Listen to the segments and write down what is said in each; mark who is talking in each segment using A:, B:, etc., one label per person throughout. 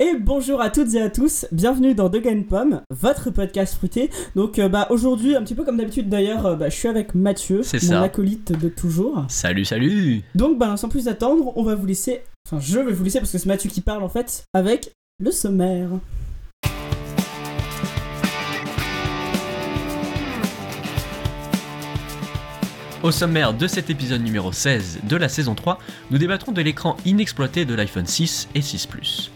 A: Et bonjour à toutes et à tous, bienvenue dans De Gain Pomme, votre podcast fruité. Donc euh, bah, aujourd'hui, un petit peu comme d'habitude d'ailleurs, euh, bah, je suis avec Mathieu,
B: C'est
A: mon
B: ça.
A: acolyte de toujours.
B: Salut, salut
A: Donc bah, sans plus attendre, on va vous laisser, enfin je vais vous laisser parce que c'est Mathieu qui parle en fait, avec le sommaire.
B: Au sommaire de cet épisode numéro 16 de la saison 3, nous débattrons de l'écran inexploité de l'iPhone 6 et 6 Plus.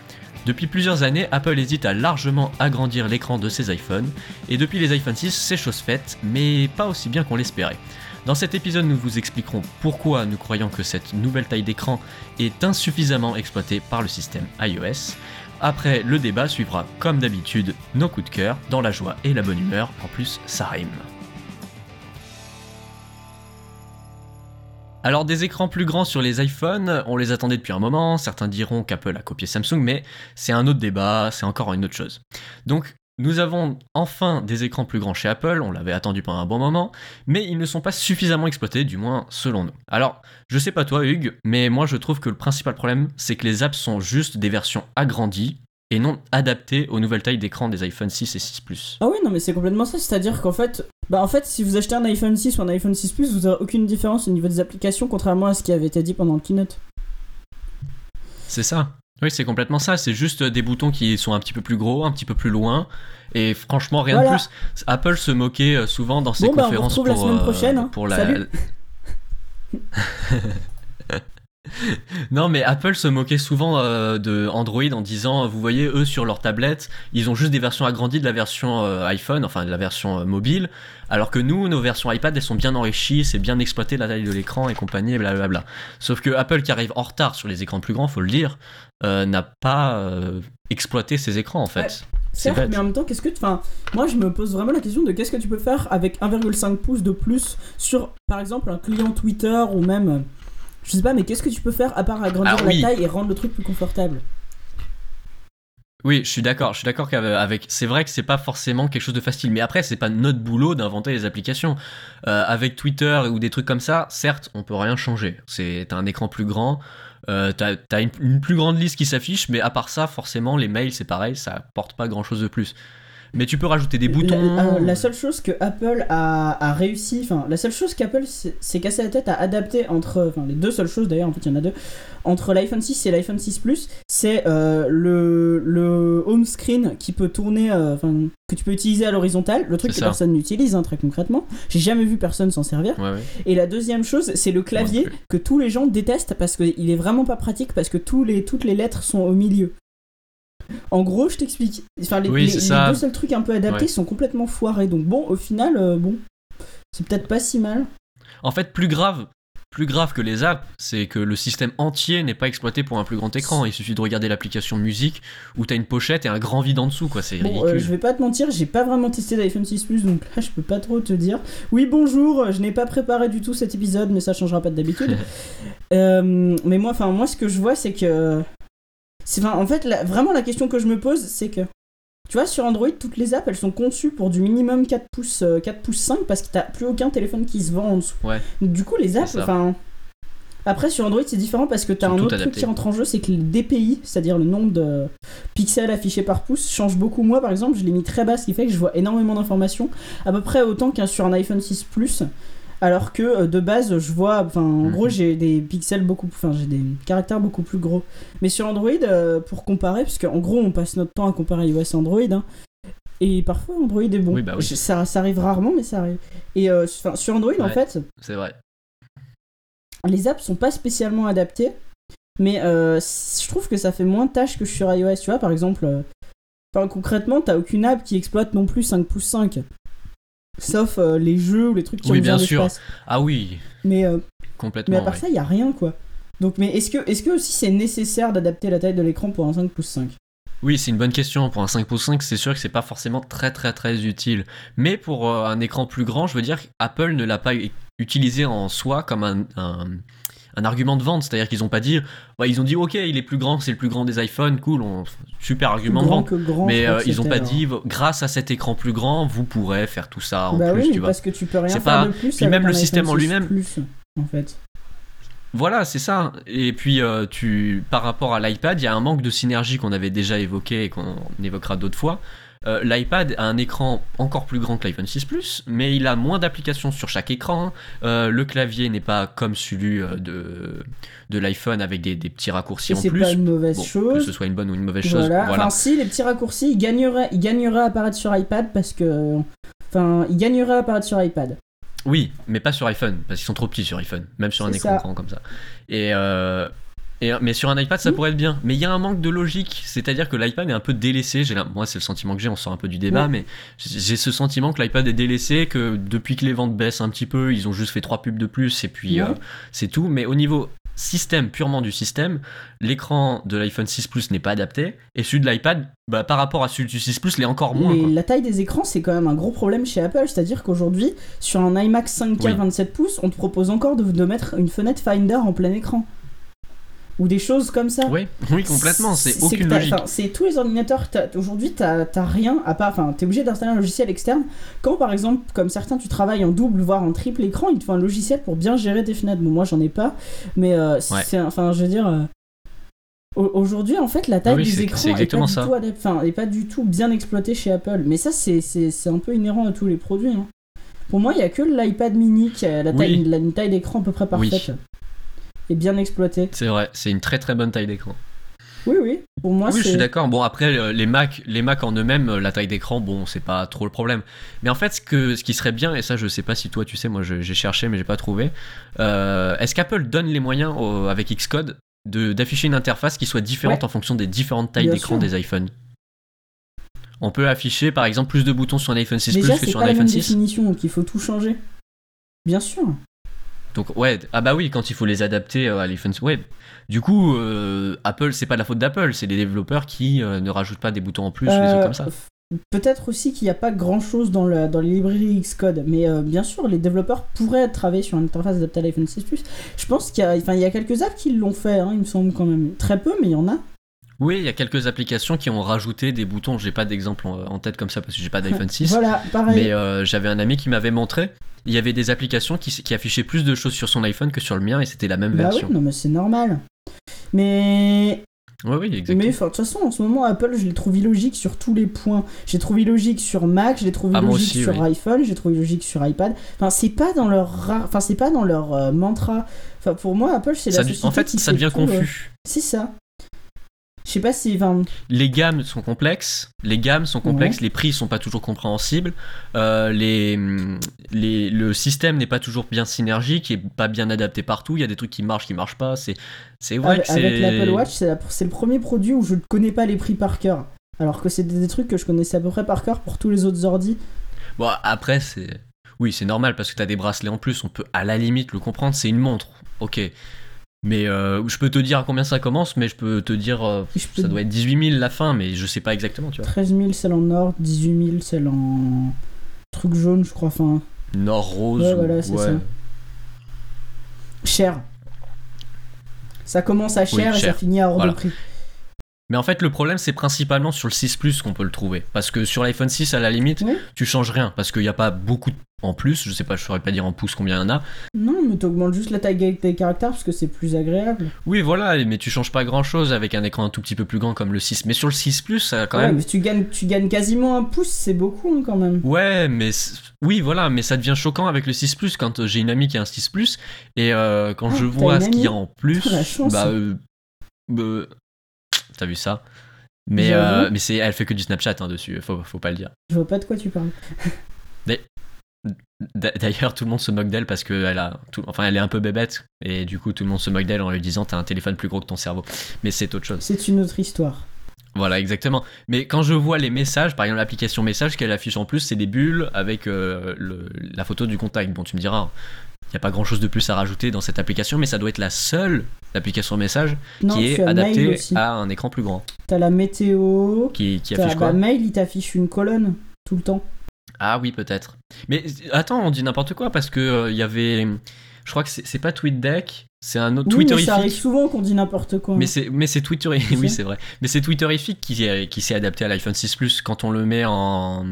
B: Depuis plusieurs années, Apple hésite à largement agrandir l'écran de ses iPhones, et depuis les iPhone 6, c'est chose faite, mais pas aussi bien qu'on l'espérait. Dans cet épisode, nous vous expliquerons pourquoi nous croyons que cette nouvelle taille d'écran est insuffisamment exploitée par le système iOS. Après, le débat suivra, comme d'habitude, nos coups de cœur, dans la joie et la bonne humeur, en plus, ça rime. Alors des écrans plus grands sur les iPhones, on les attendait depuis un moment, certains diront qu'Apple a copié Samsung, mais c'est un autre débat, c'est encore une autre chose. Donc nous avons enfin des écrans plus grands chez Apple, on l'avait attendu pendant un bon moment, mais ils ne sont pas suffisamment exploités, du moins selon nous. Alors, je sais pas toi Hugues, mais moi je trouve que le principal problème, c'est que les apps sont juste des versions agrandies et non adaptées aux nouvelles tailles d'écran des iPhone 6 et 6 Plus.
A: Ah ouais, non mais c'est complètement ça, c'est-à-dire qu'en fait, bah en fait si vous achetez un iPhone 6 ou un iPhone 6 Plus, vous n'aurez aucune différence au niveau des applications, contrairement à ce qui avait été dit pendant le keynote.
B: C'est ça. Oui, c'est complètement ça. C'est juste euh, des boutons qui sont un petit peu plus gros, un petit peu plus loin. Et franchement, rien
A: Voilà.
B: de plus. Apple se moquait euh, souvent dans ses
A: Bon, bah, on vous
B: conférences
A: retrouve la
B: pour,
A: semaine
B: euh,
A: prochaine, hein.
B: pour la-
A: Salut.
B: non, mais Apple se moquait souvent euh, de Android en disant, vous voyez, eux sur leur tablette, ils ont juste des versions agrandies de la version euh, iPhone, enfin de la version euh, mobile, alors que nous, nos versions iPad, elles sont bien enrichies, c'est bien exploité la taille de l'écran et compagnie, et blablabla. Sauf que Apple, qui arrive en retard sur les écrans plus grands, faut le dire, euh, n'a pas euh, exploité ses écrans en fait.
A: Ouais.
B: C'est
A: Certes,
B: bête.
A: mais en même temps, qu'est-ce que. Enfin, moi, je me pose vraiment la question de qu'est-ce que tu peux faire avec 1,5 pouces de plus sur, par exemple, un client Twitter ou même. euh, Je sais pas, mais qu'est-ce que tu peux faire à part agrandir
B: Ah
A: la
B: oui.
A: taille et rendre le truc plus confortable
B: Oui, je suis d'accord. Je suis d'accord qu'avec. C'est vrai que c'est pas forcément quelque chose de facile. Mais après, c'est pas notre boulot d'inventer les applications. Euh, avec Twitter ou des trucs comme ça, certes, on peut rien changer. C'est t'as un écran plus grand, euh, t'as t'as une, une plus grande liste qui s'affiche, mais à part ça, forcément, les mails, c'est pareil, ça apporte pas grand chose de plus. Mais tu peux rajouter des boutons.
A: La, euh, la seule chose que Apple a, a réussi, enfin, la seule chose qu'Apple s'est s'est cassé la tête à adapter entre, enfin, les deux seules choses d'ailleurs, en fait, il y en a deux, entre l'iPhone 6 et l'iPhone 6 Plus, c'est euh, le, le home screen qui peut tourner, euh, enfin, que tu peux utiliser à l'horizontale, le truc que
B: C'est ça.
A: personne n'utilise, hein, très concrètement. J'ai jamais vu personne s'en servir.
B: Ouais, ouais.
A: Et la deuxième chose, c'est le clavier
B: Moi non
A: que tous les gens détestent parce qu'il est vraiment pas pratique parce que tous les, toutes les lettres sont au milieu. En gros, je t'explique. Enfin, les,
B: Oui,
A: les-
B: c'est
A: les
B: ça.
A: deux seuls trucs un peu adaptés
B: Ouais.
A: sont complètement foirés. Donc bon, au final, euh, bon, c'est peut-être pas si mal.
B: En fait, plus grave. Plus grave que les apps, c'est que le système entier n'est pas exploité pour un plus grand écran. Il suffit de regarder l'application musique où t'as une pochette et un grand vide en dessous, quoi. C'est
A: Bon,
B: ridicule.
A: euh, je vais pas te mentir, j'ai pas vraiment testé l'iPhone 6 Plus, donc là, je peux pas trop te dire. Oui, bonjour, je n'ai pas préparé du tout cet épisode, mais ça changera pas de d'habitude. Euh, mais moi, enfin, moi, ce que je vois, c'est que. C'est, 'fin, en fait, la- vraiment, la question que je me pose, c'est que. Tu vois, sur Android, toutes les apps, elles sont conçues pour du minimum 4 pouces, euh, 4 pouces 5 parce que t'as plus aucun téléphone qui se vend en dessous.
B: Ouais.
A: Du coup, les apps,
B: C'est ça.
A: enfin. Après, sur Android, c'est différent parce que t'as
B: Sont
A: un
B: toutes
A: autre truc
B: adaptées.
A: qui rentre en jeu, c'est que le DPI, c'est-à-dire le nombre de pixels affichés par pouce, change beaucoup. Moi, par exemple, je l'ai mis très bas, ce qui fait que je vois énormément d'informations, à peu près autant qu'un sur un iPhone 6 Plus. Alors que euh, de base, je vois, enfin, en
B: Mhm.
A: gros, j'ai des pixels beaucoup, enfin, j'ai des caractères beaucoup plus gros. Mais sur Android, euh, pour comparer, parce qu'en gros, on passe notre temps à comparer iOS et Android, hein, et parfois Android est bon.
B: Oui, bah oui.
A: Je- ça, ça arrive rarement, mais ça arrive. Et euh, enfin, sur Android, en
B: Ouais.
A: fait,
B: C'est vrai.
A: les apps sont pas spécialement adaptées, mais euh, c- je trouve que ça fait moins de tâches que sur iOS, tu vois, par exemple. euh, enfin, concrètement, t'as aucune app qui exploite non plus 5 pouces 5. Sauf euh, les jeux ou les trucs qui
B: Oui,
A: ont besoin
B: bien sûr.
A: d'espace.
B: Ah oui,
A: Mais, euh,
B: complètement.
A: mais à part
B: ouais.
A: ça, il a rien, quoi. Donc, mais est-ce que, est-ce que aussi c'est nécessaire d'adapter la taille de l'écran pour un 5 pouces 5
B: Oui, c'est une bonne question. Pour un 5 pouces 5, c'est sûr que c'est pas forcément très très très utile. Mais pour euh, un écran plus grand, je veux dire, Apple ne l'a pas u- utilisé en soi comme un, un, un argument de vente. C'est-à-dire qu'ils ont pas dit, bah, ils ont dit, ok, il est plus grand, c'est le plus grand des iPhones, cool, on... super argument de
A: Grand
B: vente.
A: que grand, je
B: Mais
A: crois
B: euh,
A: que
B: ils ont
A: c'était, hein.
B: pas
A: alors.
B: dit, grâce à cet écran plus grand, vous pourrez faire tout ça en
A: bah
B: plus,
A: oui,
B: tu
A: mais
B: vois.
A: parce que tu peux rien
B: C'est
A: faire
B: pas-
A: de plus.
B: Puis
A: avec
B: même
A: un
B: le
A: iPhone
B: système en
A: 6
B: lui-même.
A: Plus, en fait.
B: Voilà, c'est ça. Et puis, euh, tu, par rapport à l'iPad, il y a un manque de synergie qu'on avait déjà évoqué et qu'on évoquera d'autres fois. Euh, L'iPad a un écran encore plus grand que l'iPhone 6 Plus, mais il a moins d'applications sur chaque écran. Euh, le clavier n'est pas comme celui euh, de, de l'iPhone avec des, des petits raccourcis
A: Et
B: en
A: c'est
B: plus.
A: pas une mauvaise
B: Bon, Que
A: chose.
B: ce soit une bonne ou une mauvaise chose.
A: Voilà.
B: Voilà.
A: Enfin, si les petits raccourcis, il gagnerait, il gagnerait à apparaître sur iPad parce que. Enfin, il gagnerait à apparaître sur iPad.
B: Oui, mais pas sur iPhone, parce qu'ils sont trop petits sur iPhone, même sur un
A: C'est ça.
B: écran grand comme ça. Et, euh, et- mais sur un iPad, ça
A: Mhm.
B: pourrait être bien. Mais il y a un manque de logique, c'est-à-dire que l'iPad est un peu délaissé. J'ai l'im- Moi, c'est le sentiment que j'ai, on sort un peu du débat,
A: Ouais.
B: mais j'ai j'ai ce sentiment que l'iPad est délaissé, que depuis que les ventes baissent un petit peu, ils ont juste fait trois pubs de plus, et puis
A: Ouais.
B: euh, c'est tout. Mais au niveau système, purement du système, l'écran de l'iPhone 6 Plus n'est pas adapté, et celui de l'iPad, bah, par rapport à celui du 6 Plus, l'est encore moins.
A: Mais
B: quoi.
A: la taille des écrans, c'est quand même un gros problème chez Apple. C'est-à-dire qu'aujourd'hui, sur un iMac 5K
B: Oui.
A: 27 pouces, on te propose encore de, de mettre une fenêtre Finder en plein écran. Ou des choses comme ça.
B: Oui, oui, complètement, c'est
A: que
B: aucune
A: t'as-
B: logique.
A: enfin, C'est tous les ordinateurs. t'as- Aujourd'hui, t'as t'as rien à part. Enfin, t'es obligé d'installer un logiciel externe. Quand, par exemple, comme certains, tu travailles en double voire en triple écran, il te faut un logiciel pour bien gérer tes fenêtres. Bon, moi, j'en ai pas, mais euh, c'est-
B: Ouais.
A: c'est un- enfin, je veux dire. euh, au- Aujourd'hui, en fait, la taille
B: Ah Oui,
A: des
B: c'est- c'est
A: écrans est pas,
B: exactement
A: du
B: ça.
A: tout adap- enfin, est pas du tout bien exploitée chez Apple. Mais ça, c'est- c'est c'est un peu inhérent à tous les produits. hein. Pour moi, il y a que l'iPad mini qui a la
B: Oui.
A: taille, la- une taille d'écran à peu près
B: Oui.
A: parfaite et bien exploitée.
B: C'est vrai, c'est une très très bonne taille d'écran.
A: Oui, oui. Pour moi,
B: Ah oui, je
A: c'est
B: suis d'accord. Bon, après, euh, les Mac, les Mac en eux-mêmes, euh, la taille d'écran, bon, c'est pas trop le problème. Mais en fait, ce, que, ce qui serait bien, et ça, je sais pas si toi, tu sais, moi, je- j'ai cherché, mais j'ai pas trouvé. euh, Est-ce qu'Apple donne les moyens au- avec Xcode de- d'afficher une interface qui soit différente en fonction des différentes tailles
A: Bien
B: d'écran
A: sûr.
B: des iPhones On peut afficher, par exemple, plus de boutons sur un iPhone 6
A: Déjà,
B: Plus que
A: c'est
B: sur
A: pas
B: un
A: la même
B: iPhone 6.
A: définition, donc il faut tout changer. Bien sûr.
B: Donc ouais, ah bah oui, quand il faut les adapter euh, à l'iPhone web. Du coup, euh, Apple, c'est pas de la faute d'Apple, c'est les développeurs qui euh, ne rajoutent pas des boutons en plus ou des
A: Euh,
B: trucs comme ça.
A: f- Peut-être aussi qu'il n'y a pas grand-chose dans, le- dans les librairies Xcode, mais euh, bien sûr, les développeurs pourraient travailler sur une interface adaptée à l'iPhone 6 Plus. Je pense qu'il y, a- enfin, il y a quelques apps qui l'ont fait, hein, il me semble quand même. Très peu, mais il y en a.
B: Oui, il y a quelques applications qui ont rajouté des boutons. J'ai pas d'exemple en, en tête comme ça parce que j'ai pas d'iPhone 6.
A: Voilà, pareil.
B: Mais euh, j'avais un ami qui m'avait montré. Il y avait des applications qui, s- qui affichaient plus de choses sur son iPhone que sur le mien et c'était la même
A: bah oui,
B: version.
A: non, mais c'est normal. Mais
B: Oui, oui, exactement.
A: Mais enfin, de toute façon, en ce moment, Apple, je les trouve illogiques sur tous les points. J'ai trouvé illogique sur Mac, je les trouve
B: Ah, moi
A: illogique
B: aussi,
A: sur
B: oui.
A: iPhone, j'ai trouvé illogique sur iPad. Enfin, c'est pas dans leur ra- enfin, c'est pas dans leur euh, mantra. Enfin, pour moi, Apple, c'est la
B: Ça du-
A: société
B: en fait,
A: qui
B: ça
A: fait
B: devient
A: tout, euh,
B: confus.
A: C'est ça. Je sais pas si enfin,
B: les gammes sont complexes, les gammes sont complexes,
A: Mhm.
B: les prix sont pas toujours compréhensibles, euh, les, hum, les- le système n'est pas toujours bien synergique et pas bien adapté partout. Il y a des trucs qui marchent, qui marchent pas. C'est c'est vrai
A: avec,
B: que c'est
A: avec l'Apple Watch, c'est la- c'est le premier produit où je ne connais pas les prix par cœur. Alors que c'est des, des trucs que je connaissais à peu près par cœur pour tous les autres ordi.
B: Bon après c'est oui c'est normal parce que t'as des bracelets en plus. On peut à la limite le comprendre. C'est une montre, ok. Mais euh, je peux te dire à combien ça commence, mais je peux te dire euh,
A: Et je peux
B: ça doit être 18 000 la fin, mais je sais pas exactement, tu vois.
A: 13 000 celle en or, 18 000 celle en truc jaune, je crois. Enfin,
B: Nord rose.
A: Ouais,
B: ou-
A: voilà, c'est
B: ouais.
A: ça. cher. Ça commence à cher et
B: cher.
A: ça finit à hors
B: Voilà.
A: de prix.
B: Mais en fait, le problème, c'est principalement sur le 6 Plus qu'on peut le trouver. Parce que sur l'iPhone 6, à la limite,
A: Oui.
B: tu changes rien. Parce qu'il n'y a pas beaucoup de- en plus. Je sais pas, je saurais pas dire en pouces combien il y en a.
A: Non, mais t'augmentes juste la taille des- des caractères parce que c'est plus agréable.
B: Oui, voilà, mais tu changes pas grand chose avec un écran un tout petit peu plus grand comme le 6. Mais sur le 6 Plus, ça a quand
A: Ouais,
B: même.
A: mais tu gagnes, tu gagnes quasiment un pouce, c'est beaucoup hein, quand même.
B: Ouais, mais c'est- oui, voilà, mais ça devient choquant avec le 6 Plus quand euh, j'ai une amie qui a un 6 Plus et euh, quand
A: Ah,
B: je
A: t'as
B: vois
A: une
B: ce qu'il y a
A: amie
B: en plus,
A: Putain, la chance.
B: bah, euh, euh, t'as vu ça Mais
A: J'avoue.
B: euh, mais c'est, elle fait que du Snapchat hein, dessus. Faut faut pas le dire.
A: Je vois pas de quoi tu parles.
B: D'a- D'ailleurs, tout le monde se moque d'elle parce qu'elle a, tout- enfin, elle est un peu bébête et du coup, tout le monde se moque d'elle en lui disant t'as un téléphone plus gros que ton cerveau. Mais c'est autre chose.
A: C'est une autre histoire.
B: Voilà, exactement. Mais quand je vois les messages, par exemple, l'application message qu'elle affiche en plus, c'est des bulles avec euh, le- la photo du contact. Bon, tu me diras, il n'y a pas grand chose de plus à rajouter dans cette application, mais ça doit être la seule application message
A: Non,
B: qui est
A: tu as mail
B: adaptée
A: aussi.
B: à un écran plus grand.
A: T'as la météo.
B: Qui, qui
A: T'as
B: affiche
A: bah,
B: quoi
A: mail, il t'affiche une colonne tout le temps.
B: Ah oui, peut-être. Mais euh, attends, on dit n'importe quoi parce que euh, il y avait. Je crois que c'est c'est pas TweetDeck, c'est un autre
A: Oui, mais
B: Twitterific.
A: ça arrive souvent qu'on dit n'importe quoi.
B: Mais c'est mais c'est Twitter
A: Tu
B: oui
A: sais.
B: c'est vrai mais c'est Twitterific qui est- qui s'est adapté à l'iPhone 6 Plus quand on le met en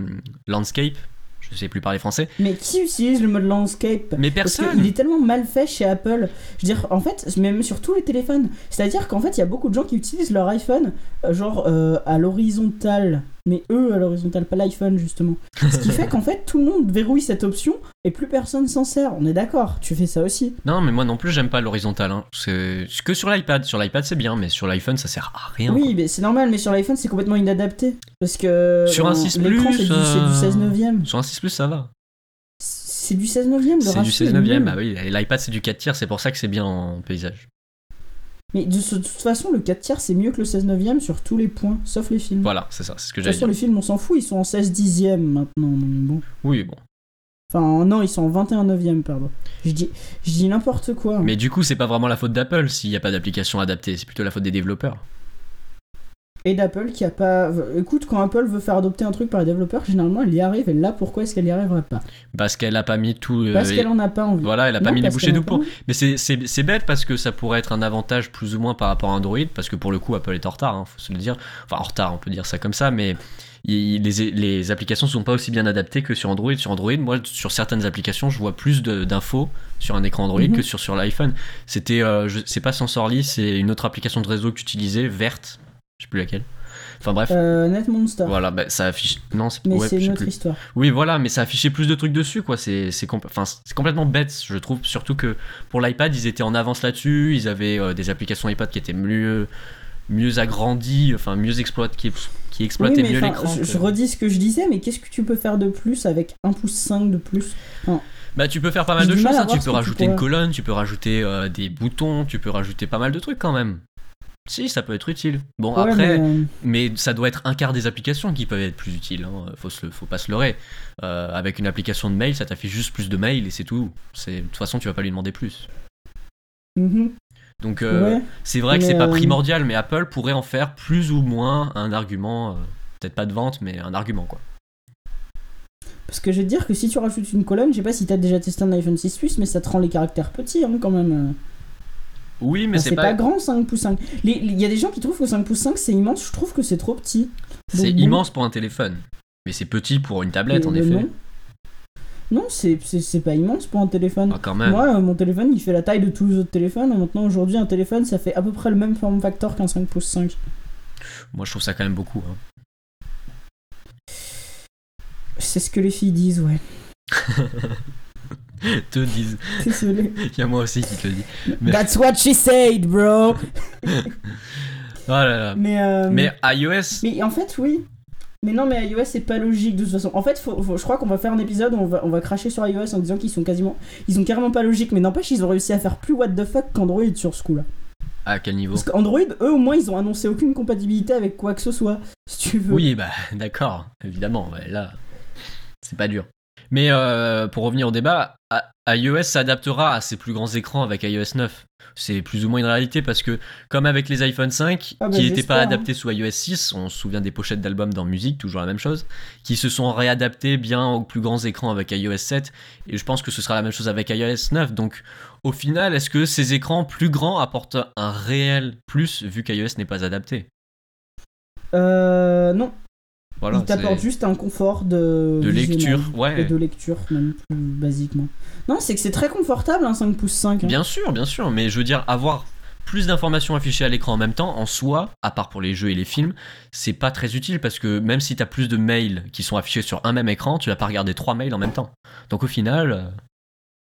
B: landscape je je sais plus parler français.
A: Mais qui utilise le mode landscape
B: Mais
A: Parce que
B: personne
A: il est tellement mal fait chez Apple. Je veux dire, en fait, même sur tous les téléphones. C'est-à-dire qu'en fait, il y a beaucoup de gens qui utilisent leur iPhone, euh, genre euh, à l'horizontale. Mais eux, à l'horizontale, pas l'iPhone, justement. Ce qui fait qu'en fait, tout le monde verrouille cette option et plus personne s'en sert. On est d'accord, tu fais ça aussi.
B: Non, mais moi non plus, j'aime pas l'horizontal. Hein. C'est c'est que sur l'iPad. Sur l'iPad, c'est bien, mais sur l'iPhone, ça sert à rien.
A: Oui, mais c'est normal, mais sur l'iPhone, c'est complètement inadapté. Parce que.
B: Sur un
A: euh,
B: 6
A: l'écran, c'est du,
B: plus,
A: c'est du 16
B: euh,
A: 9
B: quoi. Sur un 6 Plus, ça va.
A: C'est du 16 9 le
B: C'est
A: ratio
B: du
A: est
B: 16 9
A: nul. Mm.
B: Bah oui, et l'iPad, c'est du 4 tiers, c'est pour ça que c'est bien en paysage.
A: Mais de, ce- de toute façon, le 4 tiers, c'est mieux que le 16 9 sur tous les points, sauf les films.
B: Voilà, c'est ça, c'est ce que
A: De toute
B: j'allais
A: façon,
B: dire.
A: les films, on s'en fout, ils sont en 16 dixièmes maintenant. donc Bon.
B: Oui, bon.
A: mm. Enfin, non, ils sont en 21 neuvième, pardon. Je dis, je dis n'importe quoi. hein.
B: Mais du coup, c'est pas vraiment la faute d'Apple s'il n'y a pas d'application adaptée, c'est plutôt la faute des développeurs.
A: Et d'Apple qui a pas. Écoute, quand Apple veut faire adopter un truc par les développeurs, généralement, elle y arrive. Et là, pourquoi est-ce qu'elle y arriverait pas
B: Parce qu'elle a pas mis tout. euh,
A: Parce qu'elle en a pas envie.
B: Voilà, elle a pas
A: Non,
B: mis les
A: parce
B: bouchées
A: qu'elle en a
B: doubles pour.
A: pas envie.
B: Mais c'est- c'est c'est bête parce que ça pourrait être un avantage plus ou moins par rapport à Android, parce que pour le coup, Apple est en retard, hein, faut se le dire. Enfin, en retard, on peut dire ça comme ça, mais il- les, les applications sont pas aussi bien adaptées que sur Android. Sur Android, moi, sur certaines applications, je vois plus de- d'infos sur un écran Android
A: Mhm.
B: que sur, sur l'iPhone. C'était, euh, je- c'est pas Sensorly, c'est une autre application de réseau que tu utilisais, verte, je sais plus laquelle. Enfin bref,
A: Euh, NetMonster.
B: voilà, bah, ça affiche. Non, c'est
A: Mais
B: ouais,
A: c'est
B: je sais
A: une
B: plus.
A: autre histoire.
B: Oui, voilà, mais ça affichait plus de trucs dessus, quoi. C'est c'est compl- enfin, c'est complètement bête, je trouve. Surtout que pour l'iPad, ils étaient en avance là-dessus. Ils avaient euh, des applications iPad qui étaient mieux, mieux agrandies, enfin, mieux exploitées, qui, qui
A: Oui,
B: exploitaient
A: mais
B: mieux
A: enfin,
B: l'écran.
A: je,
B: que-
A: je redis ce que je disais, mais qu'est-ce que tu peux faire de plus avec 1 pouce 5 de plus
B: Bah, tu peux faire pas mal
A: j'ai
B: de
A: du mal
B: choses.
A: à
B: hein.
A: voir
B: Tu
A: ce
B: peux
A: que tu
B: rajouter une
A: pourrais.
B: colonne, tu peux rajouter euh, des boutons, tu peux rajouter pas mal de trucs quand même. Si, ça peut être utile. Bon,
A: Ouais, mais,
B: après.
A: euh,
B: Mais ça doit être un quart des applications qui peuvent être plus utiles. hein. Faut, se le- faut pas se leurrer. Euh, avec une application de mail, ça t'affiche juste plus de mails et c'est tout. C'est- De toute façon, tu vas pas lui demander plus.
A: mhm,
B: Donc euh,
A: ouais.
B: c'est vrai que
A: Mais,
B: c'est pas
A: euh,
B: primordial, mais Apple pourrait en faire plus ou moins un argument. euh, Peut-être pas de vente, mais un argument quoi.
A: Parce que je vais te dire que si tu rajoutes une colonne, je sais pas si t'as déjà testé un iPhone 6 Plus, mais ça te rend les caractères petits hein, quand même. euh.
B: Oui, mais
A: Enfin,
B: c'est pas.
A: grand 5 pouces 5. Les- les- Il y a des gens qui trouvent que 5 pouces 5 c'est immense, je trouve que c'est trop petit.
B: C'est
A: Donc, bon,
B: immense pour un téléphone. Mais c'est petit pour une tablette en
A: mais
B: effet.
A: Non, Non, c'est c'est- c'est pas immense pour un téléphone.
B: Ah, quand même.
A: Moi, euh, mon téléphone, il fait la taille de tous les autres téléphones. Maintenant, aujourd'hui, un téléphone, ça fait à peu près le même form factor qu'un 5 pouces 5.
B: Moi je trouve ça quand même beaucoup. hein.
A: C'est ce que les filles disent, ouais.
B: hein. te disent.
A: Désolé.
B: Il y a moi aussi qui te le dis. Mais-
A: That's what she said, bro.
B: Oh là là.
A: Mais, euh,
B: Mais iOS.
A: Mais en fait, oui. Mais non, mais iOS, c'est pas logique de toute façon. En fait, faut- faut- je crois qu'on va faire un épisode où on va, on va cracher sur iOS en disant qu'ils sont quasiment. Ils sont carrément pas logiques, mais n'empêche, ils ont réussi à faire plus what the fuck qu'Android sur ce coup-là.
B: À quel niveau
A: Parce qu'Android, eux, au moins, ils ont annoncé aucune compatibilité avec quoi que ce soit, si tu veux.
B: Oui, bah d'accord, évidemment, ouais, là, c'est pas dur. Mais euh, pour revenir au débat, I- iOS s'adaptera à ses plus grands écrans avec iOS 9. C'est plus ou moins une réalité parce que, comme avec les iPhone 5,
A: Ah bah,
B: qui n'étaient
A: j'espère,
B: pas
A: hein.
B: adaptés sous iOS 6, on se souvient des pochettes d'albums dans musique, toujours la même chose, qui se sont réadaptés bien aux plus grands écrans avec iOS 7, et je pense que ce sera la même chose avec iOS 9. Donc, au final, est-ce que ces écrans plus grands apportent un réel plus vu qu'iOS n'est pas adapté
A: Euh. Non,
B: Voilà,
A: ils t'apportent
B: c'est-
A: juste un confort de.
B: de
A: visionnaire.
B: lecture, ouais.
A: Et de lecture, même plus basiquement. Non, c'est que c'est très confortable, un 5 pouces 5. hein.
B: Bien sûr, bien sûr, mais je veux dire, avoir plus d'informations affichées à l'écran en même temps, en soi, à part pour les jeux et les films, c'est pas très utile parce que même si t'as plus de mails qui sont affichés sur un même écran, tu vas pas regarder trois mails en même temps. Donc au final, euh,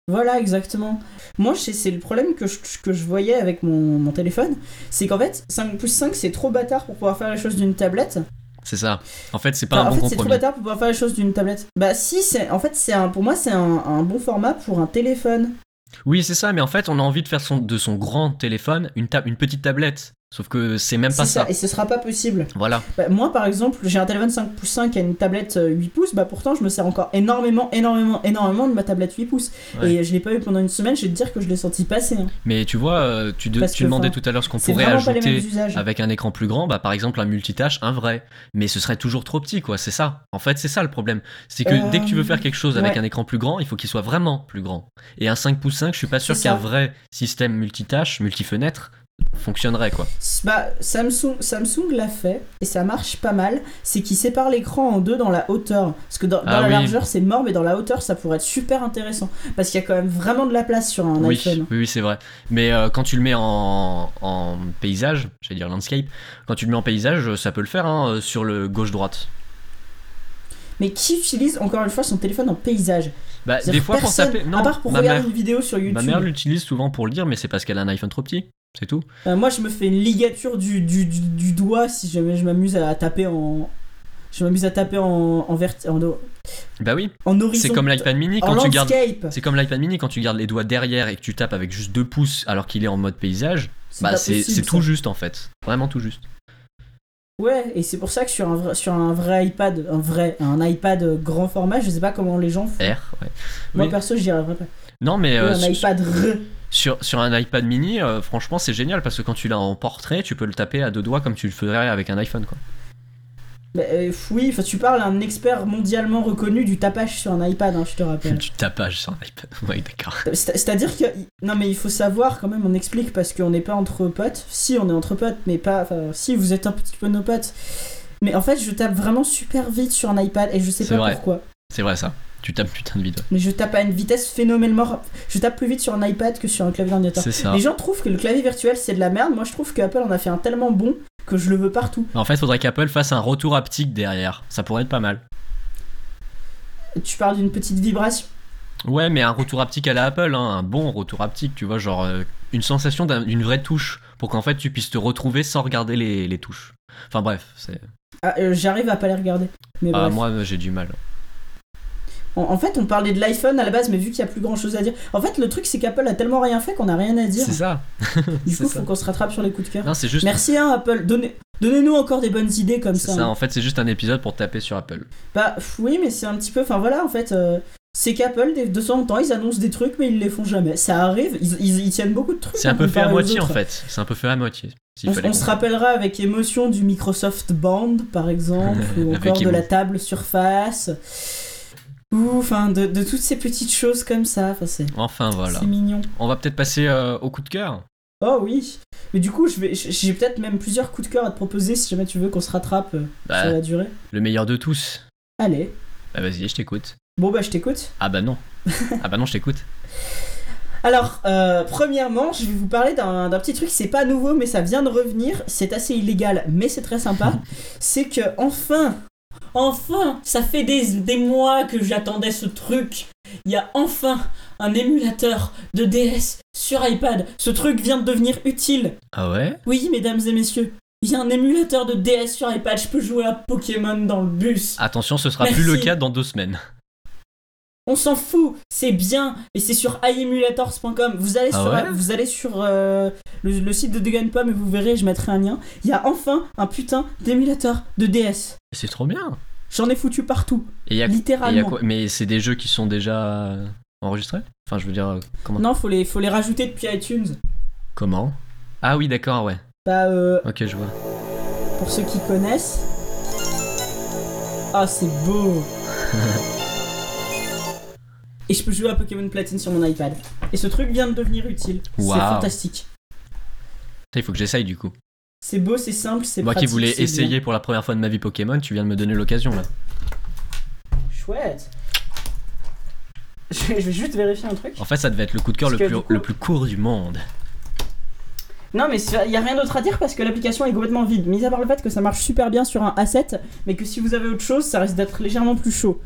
A: Voilà, exactement. Moi, c'est c'est le problème que je, que je voyais avec mon, mon téléphone. C'est qu'en fait, 5 pouces 5, c'est trop bâtard pour pouvoir faire les choses d'une tablette.
B: c'est ça. En fait, c'est pas
A: Enfin,
B: un
A: en
B: bon
A: fait, c'est trop
B: compromis.
A: bâtard pour pouvoir faire les choses d'une tablette. Bah, si, c'est en fait, c'est un, pour moi, c'est un, un bon format pour un téléphone.
B: Oui, c'est ça, mais en fait, on a envie de faire son, de son grand téléphone une, ta- une petite tablette. Sauf que c'est même
A: C'est
B: pas
A: ça.
B: ça.
A: Et ce sera pas possible.
B: Voilà.
A: Bah, moi, par exemple, j'ai un téléphone 5 pouces 5 et une tablette euh, 8 pouces. Bah, pourtant, je me sers encore énormément, énormément, énormément de ma tablette 8 pouces.
B: Ouais.
A: Et je l'ai pas eu pendant une semaine. Je vais te dire que je l'ai senti passer. hein.
B: Mais tu vois, euh, tu, de-
A: Parce que,
B: tu demandais
A: enfin,
B: tout à l'heure ce qu'on
A: C'est
B: pourrait
A: vraiment pas les
B: ajouter
A: mêmes usages.
B: avec un écran plus grand, bah, par exemple un multitâche, un vrai. Mais ce serait toujours trop petit, quoi, c'est ça. En fait, c'est ça le problème. C'est que dès que tu veux
A: Euh,
B: faire quelque chose avec
A: ouais.
B: un écran plus grand, il faut qu'il soit vraiment plus grand. Et un 5 pouces 5, je suis pas sûr
A: C'est
B: qu'un
A: ça.
B: vrai système multitâche, multifenêtre, fonctionnerait quoi.
A: Bah, Samsung, Samsung l'a fait et ça marche pas mal. C'est qu'ils séparent l'écran en deux dans la hauteur. Parce que dans, dans
B: Ah
A: la
B: oui.
A: largeur, c'est mort, mais dans la hauteur, ça pourrait être super intéressant. Parce qu'il y a quand même vraiment de la place sur un
B: Oui,
A: iPhone.
B: oui, oui, c'est vrai. Mais euh, quand tu le mets en, en paysage, j'allais dire landscape, quand tu le mets en paysage, euh, ça peut le faire hein, euh, sur le gauche-droite.
A: Mais qui utilise encore une fois son téléphone en paysage
B: Bah,
A: C'est-à-dire
B: des fois pour
A: personne,
B: taper. Non,
A: à part pour
B: ma
A: regarder
B: mère,
A: une vidéo sur YouTube.
B: ma mère l'utilise souvent pour le dire, mais c'est parce qu'elle a un iPhone trop petit. C'est tout.
A: Euh, moi, je me fais une ligature du, du, du, du doigt si jamais je m'amuse à taper en. Je m'amuse à taper en, en, verti- en, o-
B: Bah oui,
A: en horizon.
B: c'est comme l'iPad mini
A: en
B: quand tu gardes.
A: landscape.
B: C'est comme l'iPad mini quand tu gardes les doigts derrière et que tu tapes avec juste deux pouces alors qu'il est en mode paysage. Bah
A: pas
B: c'est
A: possible,
B: c'est
A: ça.
B: tout juste en fait, vraiment tout juste.
A: Ouais, et c'est pour ça que sur un vrai, sur un vrai iPad, un vrai, un iPad euh, grand format, je sais pas comment les gens font.
B: R. Ouais.
A: Moi
B: oui.
A: perso, j'y arriverais pas.
B: Non mais euh,
A: Ouais, un
B: sur-
A: iPad re.
B: sur, sur un iPad mini, euh, franchement c'est génial parce que quand tu l'as en portrait, tu peux le taper à deux doigts comme tu le ferais avec un iPhone quoi.
A: Bah, euh, oui, enfin, tu parles à un expert mondialement reconnu du tapage sur un iPad, hein, je te rappelle.
B: Du tapage sur un iPad. Ouais d'accord.
A: C'est- C'est-à-dire que non mais il faut savoir quand même, on explique parce qu'on n'est pas entre potes. Si on est entre potes, mais pas. Enfin, si vous êtes un petit peu nos potes. Mais en fait, je tape vraiment super vite sur un iPad et je sais
B: C'est
A: pas
B: vrai.
A: pourquoi.
B: C'est vrai ça. Tu tapes putain de vide. ouais.
A: Mais je tape à une vitesse phénoménalement. Je tape plus vite sur un iPad que sur un clavier d'ordinateur.
B: C'est ça.
A: Les gens trouvent que le clavier virtuel c'est de la merde. Moi, je trouve que Apple en a fait un tellement bon que je le veux partout.
B: En fait, faudrait qu'Apple fasse un retour haptique derrière. Ça pourrait être pas mal.
A: Tu parles d'une petite vibration.
B: Ouais, mais un retour haptique à la Apple, hein, un bon retour haptique, tu vois, genre euh, une sensation d'un- d'une vraie touche, pour qu'en fait tu puisses te retrouver sans regarder les, les touches. Enfin bref, c'est.
A: Ah, euh, J'arrive à pas les regarder. Mais
B: Ah,
A: bref.
B: moi euh, j'ai du mal.
A: En, en fait, on parlait de l'iPhone à la base, mais vu qu'il y a plus grand chose à dire. En fait, le truc c'est qu'Apple a tellement rien fait qu'on a rien à dire.
B: C'est ça.
A: Du
B: C'est
A: coup,
B: ça.
A: faut qu'on se rattrape sur les coups de cœur.
B: Non, c'est juste.
A: Merci hein, Apple. Donnez- Donnez-nous encore des bonnes idées comme
B: C'est
A: ça.
B: ça, hein.
A: hein.
B: en fait, c'est juste un épisode pour taper sur Apple.
A: Bah pff, oui, mais c'est un petit peu. Enfin voilà, en fait, euh, c'est qu'Apple, des- de temps en temps, ils annoncent des trucs, mais ils les font jamais. Ça arrive. Ils, ils- ils tiennent beaucoup de trucs.
B: C'est
A: hein,
B: un peu fait à
A: comparé aux
B: moitié en
A: autres.
B: fait. C'est un peu fait à moitié. s'il
A: On,
B: fallait
A: on
B: qu'on-
A: se rappellera avec émotion du Microsoft Band, par exemple, ou
B: Avec
A: encore de la
B: émotion.
A: table Surface, ou enfin de, de toutes ces petites choses comme ça. Enfin, c'est
B: Enfin voilà.
A: c'est mignon.
B: On va peut-être passer euh, au coup de cœur.
A: Oh oui. Mais du coup, je vais- j'ai peut-être même plusieurs coups de cœur à te proposer si jamais tu veux qu'on se rattrape euh,
B: Bah,
A: sur la durée.
B: le meilleur de tous.
A: Allez.
B: Bah vas-y, je t'écoute.
A: Bon bah je t'écoute.
B: Ah bah non. ah bah non, je t'écoute.
A: Alors, euh, premièrement, je vais vous parler d'un d'un petit truc, c'est pas nouveau, mais ça vient de revenir, c'est assez illégal, mais c'est très sympa. c'est que, enfin, enfin, ça fait des, des mois que j'attendais ce truc. Il y a enfin un émulateur de DS sur iPad. Ce truc vient de devenir utile.
B: Ah ouais
A: Oui, mesdames et messieurs, il y a un émulateur de DS sur iPad, je peux jouer à Pokémon dans le bus.
B: Attention, ce sera
A: Merci.
B: plus le cas dans deux semaines.
A: On s'en fout, c'est bien et c'est sur iEmulators.com. Vous allez
B: Ah
A: sur,
B: ouais
A: vous allez sur euh, le, le site de Degan Pomme et vous verrez, je mettrai un lien. Il y a enfin un putain d'émulateur de DS.
B: C'est trop bien.
A: J'en ai foutu partout,
B: Et il y a Et y a
A: littéralement.
B: quoi- Mais c'est des jeux qui sont déjà euh, enregistrés Enfin, je veux dire, euh, comment
A: Non, faut les, faut les rajouter depuis iTunes.
B: Comment Ah oui, d'accord, ouais.
A: Bah, euh,
B: Ok, je vois.
A: pour ceux qui connaissent. Ah, c'est beau. et je peux jouer à Pokémon Platine sur mon iPad. Et ce truc vient de devenir utile. C'est
B: Waouh.
A: fantastique.
B: Putain, Il faut que j'essaye du coup.
A: C'est beau, c'est simple, c'est
B: Moi
A: pratique.
B: qui voulais
A: c'est bien.
B: essayer pour la première fois de ma vie Pokémon, tu viens de me donner l'occasion là.
A: Chouette. Je vais, je vais juste vérifier un truc.
B: En fait, ça devait être le coup de cœur le
A: Parce que
B: plus,
A: du coup-
B: le plus court du monde.
A: Non, mais il n'y a rien d'autre à dire parce que l'application est complètement vide. Mis à part le fait que ça marche super bien sur un A7, mais que si vous avez autre chose, ça risque d'être légèrement plus chaud.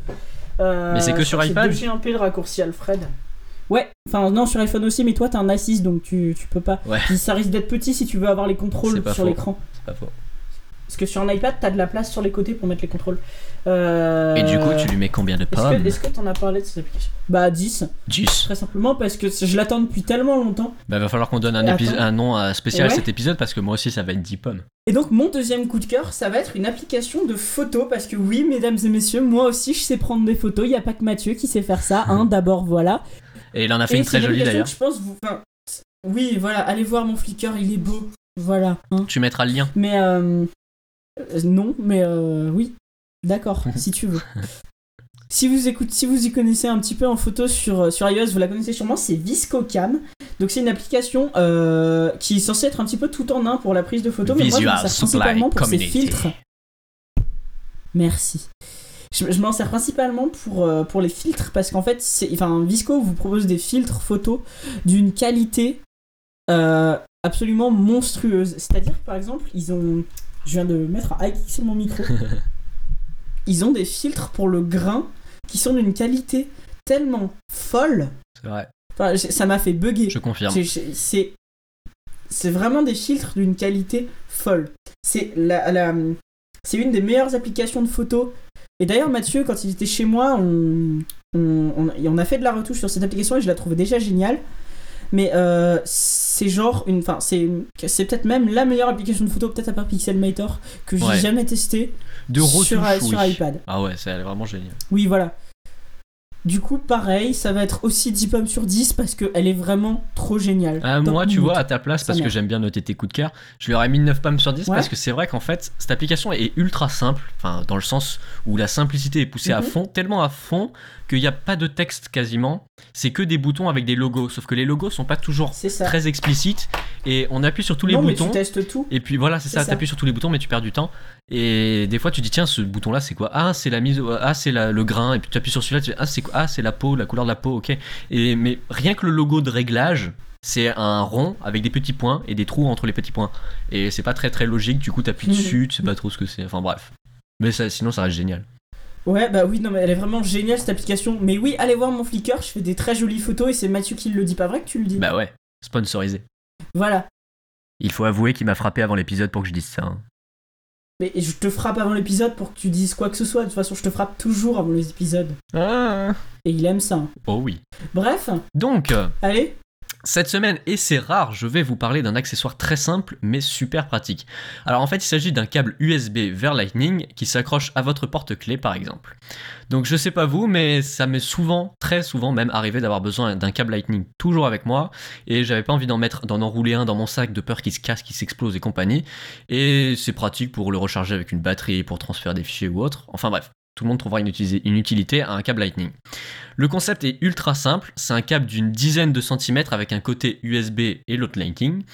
A: Euh,
B: Mais c'est que
A: je
B: sur
A: crois
B: iPad
A: C'est 2G1P le raccourci, Alfred. Ouais, enfin non, sur iPhone aussi, mais toi t'as un A6 donc tu, tu peux pas.
B: Ouais.
A: Ça risque d'être petit si tu veux avoir les
B: C'est
A: contrôles
B: pas
A: sur
B: faux.
A: l'écran.
B: C'est pas faux.
A: Parce que sur un iPad, t'as de la place sur les côtés pour mettre les contrôles. Euh,
B: Et du coup, tu lui mets combien de
A: Est-ce
B: pommes
A: que- Est-ce que t'en as parlé de cette application Bah 10.
B: 10.
A: Très simplement parce que je l'attends depuis tellement longtemps.
B: Bah, va falloir qu'on donne un,
A: Et
B: épi-
A: attends.
B: un nom euh, spécial à
A: Ouais.
B: cet épisode parce que moi aussi, ça va être 10 pommes.
A: Et donc mon deuxième coup de cœur, ça va être une application de photos parce que oui, mesdames et messieurs, moi aussi je sais prendre des photos. Il n'y a pas que Mathieu qui sait faire ça. Hein, D'abord voilà.
B: Et il en a Mhm. fait
A: et
B: une très jolie
A: application
B: d'ailleurs.
A: que je pense vous. enfin, oui, voilà. Allez voir mon Flickr, il est beau. Voilà. hein.
B: Tu mettras le lien.
A: Mais euh, euh, non, mais euh, oui. D'accord, si tu veux. Si vous, écoutez, si vous y connaissez un petit peu en photo sur, euh, sur iOS, vous la connaissez sûrement, c'est ViscoCam. Donc c'est une application euh, qui est censée être un petit peu tout en un pour la prise de photo, mais moi je m'en
B: Visual
A: sers
B: Supply
A: principalement pour ses
B: Community.
A: filtres. Merci. Je, je m'en sers principalement pour, euh, pour les filtres parce qu'en fait, c'est, enfin, Visco vous propose des filtres photos d'une qualité euh, absolument monstrueuse. C'est-à-dire, que, par exemple, ils ont. Je viens de mettre un high-kick sur mon micro. ils ont des filtres pour le grain qui sont d'une qualité tellement folle.
B: C'est vrai,
A: Enfin, j- ça m'a fait bugger.
B: je confirme.
A: C'est- C'est c'est- c'est vraiment des filtres d'une qualité folle. C'est la, la- c'est une des meilleures applications de photos. Et d'ailleurs, Mathieu, quand il était chez moi, on, on, on- et on a fait de la retouche sur cette application et je la trouvais déjà géniale. Mais euh, c'est genre une, enfin c'est, c'est peut-être même la meilleure application de photo, peut-être à part Pixelmator, que j'ai
B: Ouais.
A: jamais testée
B: De
A: sur,
B: retouche, oui.
A: sur iPad.
B: Ah ouais, c'est elle est vraiment génial.
A: Oui, voilà. Du coup, pareil, ça va être aussi 10 pommes sur 10 parce qu'elle est vraiment trop géniale.
B: Ah,
A: Top
B: moi, tu
A: minute.
B: vois, à ta place, parce
A: Ça
B: que
A: merde.
B: j'aime bien noter tes coups de cœur, je lui aurais mis 9 pommes sur 10
A: Ouais.
B: parce que c'est vrai qu'en fait, cette application est ultra simple, enfin, dans le sens où la simplicité est poussée à
A: Mhm.
B: fond, tellement à fond qu'il n'y a pas de texte quasiment, c'est que des boutons avec des logos, sauf que les logos sont pas toujours
A: C'est ça.
B: très explicites et on appuie sur tous les
A: non,
B: boutons.
A: mais tu testes tout.
B: Et puis voilà, c'est
A: C'est
B: ça,
A: ça.
B: t'appuies sur tous les boutons, mais tu perds du temps. Et des fois, tu dis, tiens, ce bouton-là, c'est quoi Ah, c'est la mise, au- ah, c'est la- le grain. Et puis tu appuies sur celui-là, tu fais, ah, c'est quoi Ah, c'est la peau, la couleur de la peau, ok. Et, mais rien que le logo de réglage, c'est un rond avec des petits points et des trous entre les petits points. Et c'est pas très très logique, du coup, t'appuies
A: Mhm.
B: dessus, tu sais pas trop ce que c'est. Enfin bref. Mais ça, sinon, ça reste génial.
A: Ouais, bah oui, non, mais elle est vraiment géniale cette application. Mais oui, allez voir mon Flickr, je fais des très jolies photos et c'est Mathieu qui le dit. Pas vrai que tu le dis
B: Bah ouais, sponsorisé.
A: Voilà.
B: Il faut avouer qu'il m'a frappé avant l'épisode pour que je dise ça. hein.
A: Mais je te frappe avant l'épisode pour que tu dises quoi que ce soit. De toute façon, je te frappe toujours avant les épisodes. Et il aime ça. hein.
B: Oh oui.
A: Bref,
B: Donc. euh,
A: allez.
B: Cette semaine, et c'est rare, je vais vous parler d'un accessoire très simple mais super pratique. Alors en fait, il s'agit d'un câble USB vers Lightning qui s'accroche à votre porte-clé par exemple. Donc je sais pas vous, mais ça m'est souvent, très souvent même arrivé d'avoir besoin d'un câble Lightning toujours avec moi et j'avais pas envie d'en mettre, d'en enrouler un dans mon sac de peur qu'il se casse, qu'il s'explose et compagnie. Et c'est pratique pour le recharger avec une batterie, pour transférer des fichiers ou autre. Enfin bref, tout le monde trouvera une utilis- une utilité à un câble Lightning. Le concept est ultra simple, c'est un câble d'une dizaine de centimètres avec un côté USB et l'autre Lightning.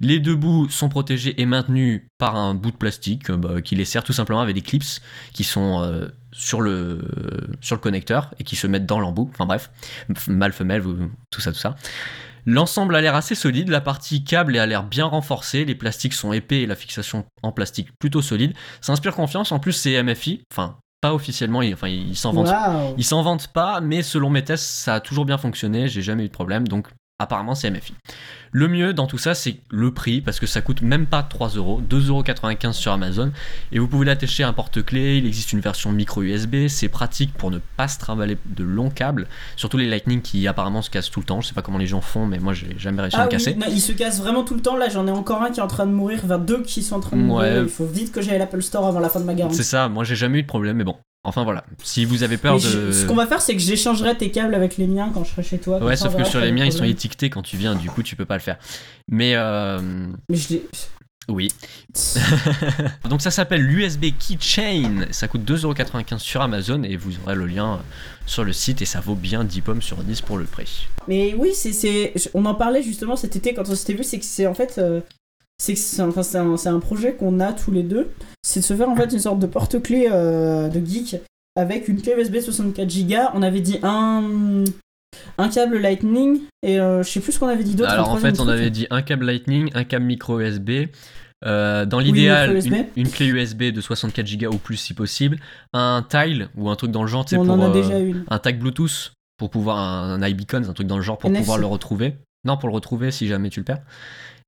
B: Les deux bouts sont protégés et maintenus par un bout de plastique euh, bah, qui les sert tout simplement avec des clips qui sont euh, sur, le, sur le connecteur et qui se mettent dans l'embout. Enfin bref, f- mâle, femelle, vous- tout ça, tout ça. L'ensemble a l'air assez solide, la partie câble a l'air bien renforcée, les plastiques sont épais et la fixation en plastique plutôt solide. Ça inspire confiance, en plus c'est MFI, enfin pas officiellement, il- enfin ils s'en vantent
A: Waouh.
B: ils s'en vantent pas, mais selon mes tests, ça a toujours bien fonctionné, j'ai jamais eu de problème, donc apparemment c'est MFI. Le mieux dans tout ça, c'est le prix, parce que ça coûte même pas 3 euros, 2,95€ sur Amazon, et vous pouvez l'attacher à un porte-clé, il existe une version micro USB, c'est pratique pour ne pas se trimballer de longs câbles, surtout les Lightning qui apparemment se cassent tout le temps, je sais pas comment les gens font, mais moi j'ai jamais réussi à
A: Ah
B: me
A: oui,
B: casser.
A: non, il se casse vraiment tout le temps. Là, j'en ai encore un qui est en train de mourir, enfin deux qui sont en train de
B: Ouais.
A: mourir. Il faut vite que j'aille à l'Apple Store avant la fin de ma garantie.
B: C'est ça, moi j'ai jamais eu de problème, mais bon. Enfin voilà, si vous avez peur
A: Mais
B: de...
A: je- ce qu'on va faire, c'est que j'échangerai tes câbles avec les miens quand je serai chez toi. comme
B: Ouais,
A: ça, on
B: sauf que
A: verra
B: sur
A: s'il y
B: les
A: a
B: miens,
A: des
B: ils sont
A: problèmes.
B: étiquetés quand tu viens, du coup tu peux pas le faire. Mais... euh,
A: Mais je les-
B: Oui. Donc ça s'appelle l'USB Keychain. Ça coûte 2,95€ sur Amazon et vous aurez le lien sur le site et ça vaut bien 10 pommes sur 10 pour le prix.
A: Mais oui, c'est, c'est... je- on en parlait justement cet été quand on s'était vu, c'est que c'est en fait. euh, C'est, que c'est, enfin, c'est, un, c'est un projet qu'on a tous les deux. C'est de se faire en fait une sorte de porte-clé euh, de geek avec une clé USB 64Go. On avait dit un. Un câble Lightning et euh, je sais plus ce qu'on avait dit d'autre.
B: Alors
A: un
B: en fait
A: troisième
B: on
A: truc.
B: avait dit un câble Lightning, un câble micro USB. euh, dans l'idéal,
A: micro
B: une,
A: USB.
B: une clé USB de 64Go ou plus si possible, un tile ou un truc dans le genre, tu sais,
A: On
B: pour
A: en a
B: euh,
A: déjà une.
B: un tag Bluetooth pour pouvoir un, un iBeacons, un truc dans le genre pour
A: NFC.
B: pouvoir le retrouver. Non, pour le retrouver si jamais tu le perds.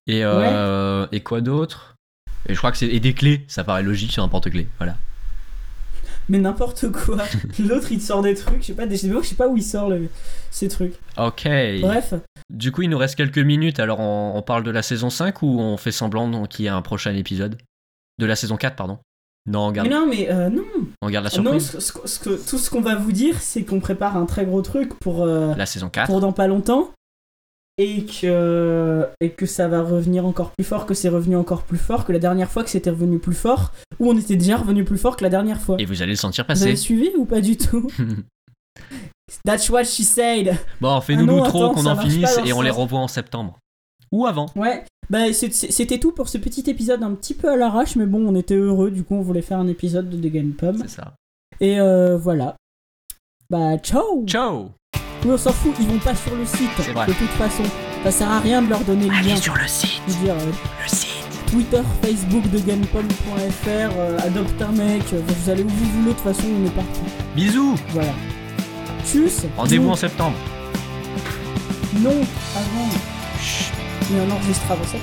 B: Et, euh, et quoi d'autre Et je crois que c'est et des clés, ça paraît logique sur un porte-clés. Voilà.
A: Mais n'importe quoi. L'autre il te sort des trucs, je sais pas, des... je sais pas où il sort le- ces trucs.
B: Ok.
A: Bref.
B: Du coup, il nous reste quelques minutes. Alors, on, on parle de la saison 5 ou on fait semblant donc, qu'il y a un prochain épisode De la saison 4, pardon. Non, on garde,
A: Mais non, mais euh, non.
B: on garde la
A: Non,
B: surprise.
A: ce- ce- ce que- tout ce qu'on va vous dire, c'est qu'on prépare un très gros truc pour, euh,
B: la saison 4.
A: pour dans pas longtemps. Et que, et que ça va revenir encore plus fort, que c'est revenu encore plus fort, que la dernière fois que c'était revenu plus fort, ou on était déjà revenu plus fort que la dernière fois.
B: Et vous allez le sentir
A: vous
B: passer.
A: avez suivi ou pas du tout That's what she said.
B: Bon,
A: Ah
B: fais-nous
A: non,
B: trop
A: attends,
B: qu'on
A: ça
B: en
A: marche pas
B: finisse
A: dans
B: et
A: ce
B: on les
A: sens.
B: revoit en septembre. Ou avant.
A: Ouais, bah c'est- c'est- c'était tout pour ce petit épisode un petit peu à l'arrache, mais bon, on était heureux, du coup, on voulait faire un épisode de Game Pomme.
B: C'est ça.
A: Et euh, voilà. Bah, ciao!
B: Ciao
A: Oui, on s'en fout, ils vont pas sur le site.
B: C'est vrai. Ah,
A: De toute façon, ça sert à rien de leur donner le lien.
B: sur le site
A: Je veux dire, euh,
B: Le site
A: Twitter, Facebook de GamePom.fr, euh, adopte un mec, euh, vous allez où vous voulez, de toute façon, on est parti.
B: Bisous
A: Voilà. Tchuss!
B: Rendez-vous
A: Non,
B: en septembre.
A: Non, avant.
B: Chut.
A: Il y a un enregistrement avant ça.